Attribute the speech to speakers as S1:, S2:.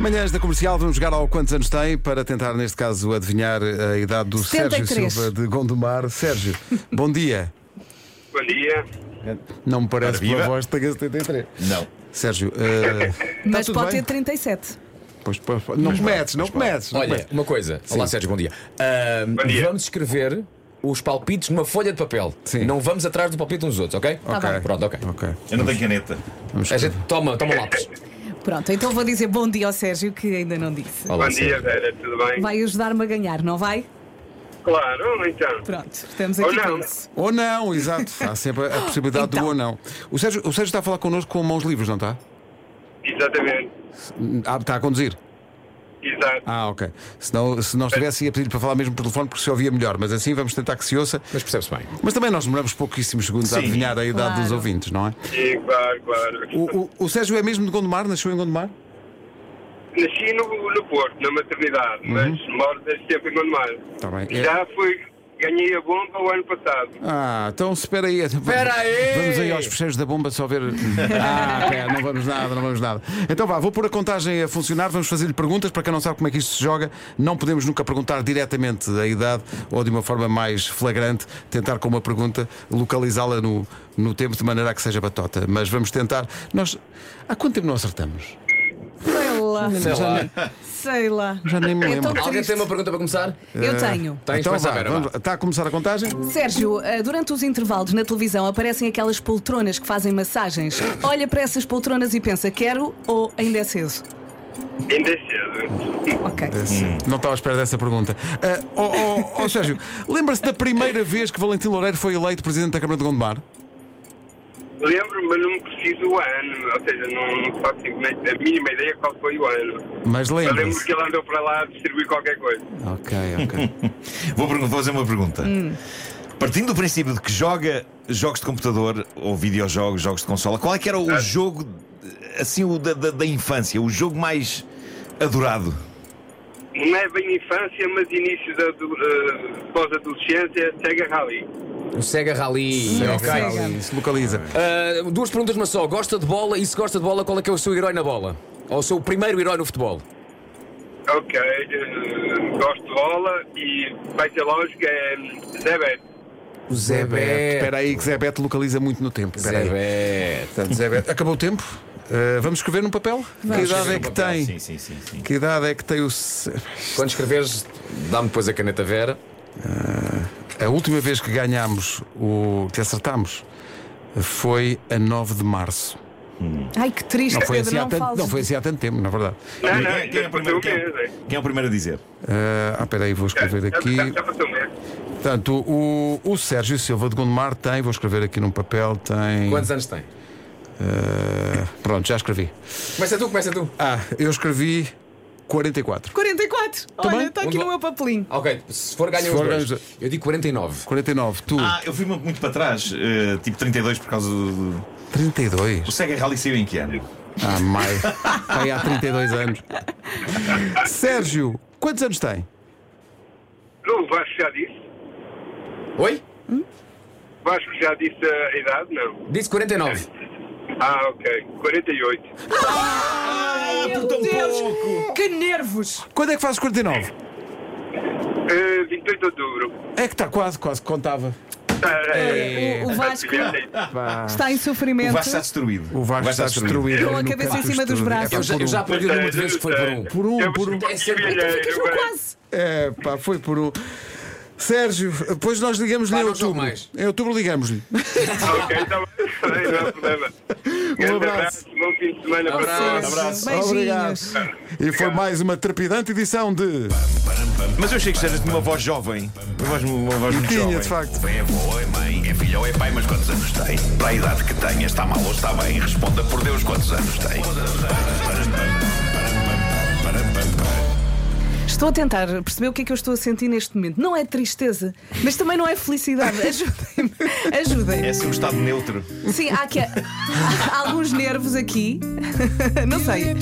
S1: Manhãs da comercial, vamos jogar ao quantos anos tem para tentar, neste caso, adivinhar eh, a idade do
S2: 73.
S1: Sérgio Silva de Gondomar. Sérgio, bom dia.
S3: Bom dia.
S1: Não me parece
S4: Ora,
S1: pela
S4: viva.
S1: voz que tenha 73.
S4: Não.
S1: Sérgio, eh,
S2: Mas
S1: tudo
S2: pode
S1: bem?
S2: ter 37.
S1: pois, pois, pois, não cometes, não cometes. não
S5: Olha,
S1: cometes.
S5: uma coisa. Olá, Sérgio, bom dia. Ahm,
S3: Bom dia.
S5: Vamos escrever os palpites numa folha de papel.
S1: Sim.
S5: Não vamos atrás do palpite uns dos outros, ok? Tá
S2: Ok. bem.
S5: Pronto, ok.
S1: Ok.
S4: Eu não tenho caneta.
S1: Vamos
S5: A gente toma, toma um lápis.
S2: Pronto, então vou dizer bom dia ao Sérgio, que ainda não disse.
S5: Olá,
S3: Bom dia, Vera. Tudo bem?
S2: Vai ajudar-me a ganhar, não vai?
S3: Claro, então.
S2: Pronto, estamos aqui
S3: Ou
S2: com
S3: não.
S2: isso.
S1: Ou não, exato. Há sempre a possibilidade
S2: Então.
S1: do ou não. O Sérgio, o Sérgio está a falar connosco com mãos livres, não está?
S3: Exatamente.
S1: Ah, está a conduzir.
S3: Exato.
S1: Ah, ok. Se não, se não estivesse, ia pedir para falar mesmo por telefone porque se ouvia melhor. Mas assim vamos tentar que se ouça.
S5: Mas percebe-se bem.
S1: Mas também nós demoramos pouquíssimos segundos a
S4: Sim.
S1: adivinhar a idade
S2: Claro.
S1: dos ouvintes, não é?
S3: Sim, claro, claro.
S1: O, o- o Sérgio é mesmo de Gondomar? Nasceu em Gondomar?
S3: Nasci no, no Porto, na maternidade, mas moro desde sempre em Gondomar.
S1: Tá bem. Uhum. É-
S3: Já fui, ganhei a bomba o ano passado.
S1: Ah, então espera aí. Espera
S5: aí!
S1: Vamos aí aos fecheiros da bomba só ver. Ah, pera, não vamos nada, não vamos nada. Então vá, vou pôr a contagem a funcionar, vamos fazer-lhe perguntas. Para quem não sabe como é que isto se joga, não podemos nunca perguntar diretamente a idade ou de uma forma mais flagrante, tentar com uma pergunta localizá-la no, no tempo de maneira a que seja batota. Mas vamos tentar. Nós. Há quanto tempo não acertamos?
S2: Sei lá,
S5: Sei lá.
S2: sei lá.
S1: Já nem me
S2: É
S1: lembro.
S2: tão
S5: Alguém
S2: triste.
S5: tem uma pergunta para começar?
S2: Eu tenho.
S5: Tens,
S1: Então
S5: mas
S1: vá,
S5: à beira,
S1: vamos- está a começar a contagem?
S2: Sérgio, eh, durante os intervalos na televisão aparecem aquelas poltronas que fazem massagens. Olha para essas poltronas e pensa, quero ou ainda é cedo?
S3: Ainda é cedo.
S2: Ok.
S1: É Não estava à espera dessa pergunta. Ah, ó, ó, ó, Sérgio, lembra-se da primeira vez que Valentim Loureiro foi eleito presidente da Câmara de Gondomar?
S3: Lembro-me, mas não me preciso o ano. Ou seja, não, não faço simplesmente a mínima ideia qual foi o ano.
S1: Mas
S3: Eu lembro
S1: lembra-se.
S3: que ele andou para lá a distribuir qualquer coisa.
S1: Ok, ok.
S4: Vou, pergun- vou fazer uma pergunta.
S2: Hum.
S4: Partindo do princípio de que joga jogos de computador ou videojogos, jogos de consola, qual é que era o jogo, assim, o da, da- da infância, o jogo mais adorado?
S3: Não é bem infância, mas início da adu- eh, pós-adolescência, Sega Rally.
S5: O Sega Rally.
S2: Sega
S5: ok.
S2: Rally.
S1: Ali se localiza.
S5: Ah, duas perguntas, mas só. Gosta de bola e se gosta de bola, qual é que é o seu herói na bola? Ou o seu primeiro herói no futebol?
S3: Ok, eh, gosto de bola e vai ser lógico é hum, Zé Beto.
S5: O Zé Beto.
S1: Espera aí que Zé Beto localiza muito no tempo. Espera
S5: Zé
S1: aí.
S5: Beto.
S1: Portanto, Zé Beto- Acabou o tempo? Ah, vamos escrever num papel? que idade
S5: escrever
S1: é
S5: num
S1: que
S5: papel,
S1: tem?
S4: Ah, Sim, sim, sim. sim.
S1: Que idade é que tem o. Se-
S5: Quando escreveres, dá-me depois a caneta Vera.
S1: A última vez que ganhámos o. que acertámos foi a 9 de março.
S2: Ai, que triste,
S1: Não foi
S2: Pedro,
S1: assim há
S2: não
S1: tanto,
S2: fales.
S1: não foi assim há tanto tempo, na verdade.
S3: Não,
S4: Quem
S3: não,
S4: é- quem é o
S3: passou
S4: primeiro- quem
S3: um mês,
S4: é- quem é o primeiro a dizer?
S1: Ah, ah, peraí, vou
S3: é.
S1: escrever
S3: Já-
S1: aqui.
S3: Já, já passou um mês.
S1: Portanto, o, o Sérgio Silva de Gondomar tem, vou escrever aqui num papel, tem.
S5: Quantos anos tem?
S1: eh, pronto, já escrevi.
S5: Começa tu, começa tu.
S1: Ah, eu escrevi 44.
S2: 44! Olha, está aqui
S5: Muito
S2: no
S5: bom.
S2: meu papelinho.
S5: Ok, se for ganham
S1: Se
S5: os
S1: for,
S5: dois.
S1: ganham
S5: Eu digo 49.
S1: 49, tu,
S4: Ah, eu fui muito muito para trás, eh, tipo 32 por causa do. O
S1: 32.
S4: Sega Rally saiu em que ano?
S1: Ah, mais. Pai, há 32 anos. Sérgio, quantos anos tem?
S3: Não, o Vasco já disse.
S5: Oi?
S3: O Vasco já disse a idade, não.
S5: Disse 49.
S3: Ah, ok. 48.
S2: Ah,
S4: Ah,
S2: Meu
S4: um
S2: Deus, que nervos!
S1: Quando é que fazes 49?
S3: Eh, 28 de outubro.
S1: É que está quase, quase que contava.
S3: Ah, é.
S2: Olha, o, o Vasco está em
S4: O
S2: sofrimento.
S4: Vasco está destruído.
S1: O Vasco está destruído.
S2: Com a
S1: ali no
S2: cabeça em
S1: canto do
S2: cima dos
S1: estúdio.
S2: braços.
S1: É, pá,
S5: Eu já,
S1: por
S5: eu
S1: um.
S5: já perdi uma de vezes que foi por um.
S1: Por um, por um.
S5: É sempre-
S2: Ficas no quase!
S1: É, pá, foi por um. Sérgio, depois nós ligamos-lhe
S5: Pá,
S1: em
S5: não jogo
S1: outubro.
S5: mais.
S1: Em outubro ligamos-lhe.
S3: Ok, está bem. Não há problema.
S5: Um
S3: Grande
S1: abraço.
S3: Bom fim de semana para
S2: Sérgio,
S3: todos.
S2: Beijinhos.
S1: E foi mais uma trepidante edição de.
S4: Mas eu achei que eras de uma voz jovem. Uma voz, uma voz muito
S1: Tinha,
S4: jovem.
S1: de facto.
S6: É avó, é mãe, é filho ou é pai, mas quantos anos tem? Para a idade que tenha, está mal ou está bem? Responda por Deus quantos anos tem.
S2: Estou a tentar perceber o que é que eu estou a sentir neste momento. Não é tristeza, mas também não é felicidade. Ajudem-me.
S4: É
S2: Ajudem-me.
S4: assim um estado neutro.
S2: Sim, há, que, há alguns nervos aqui. Não sei.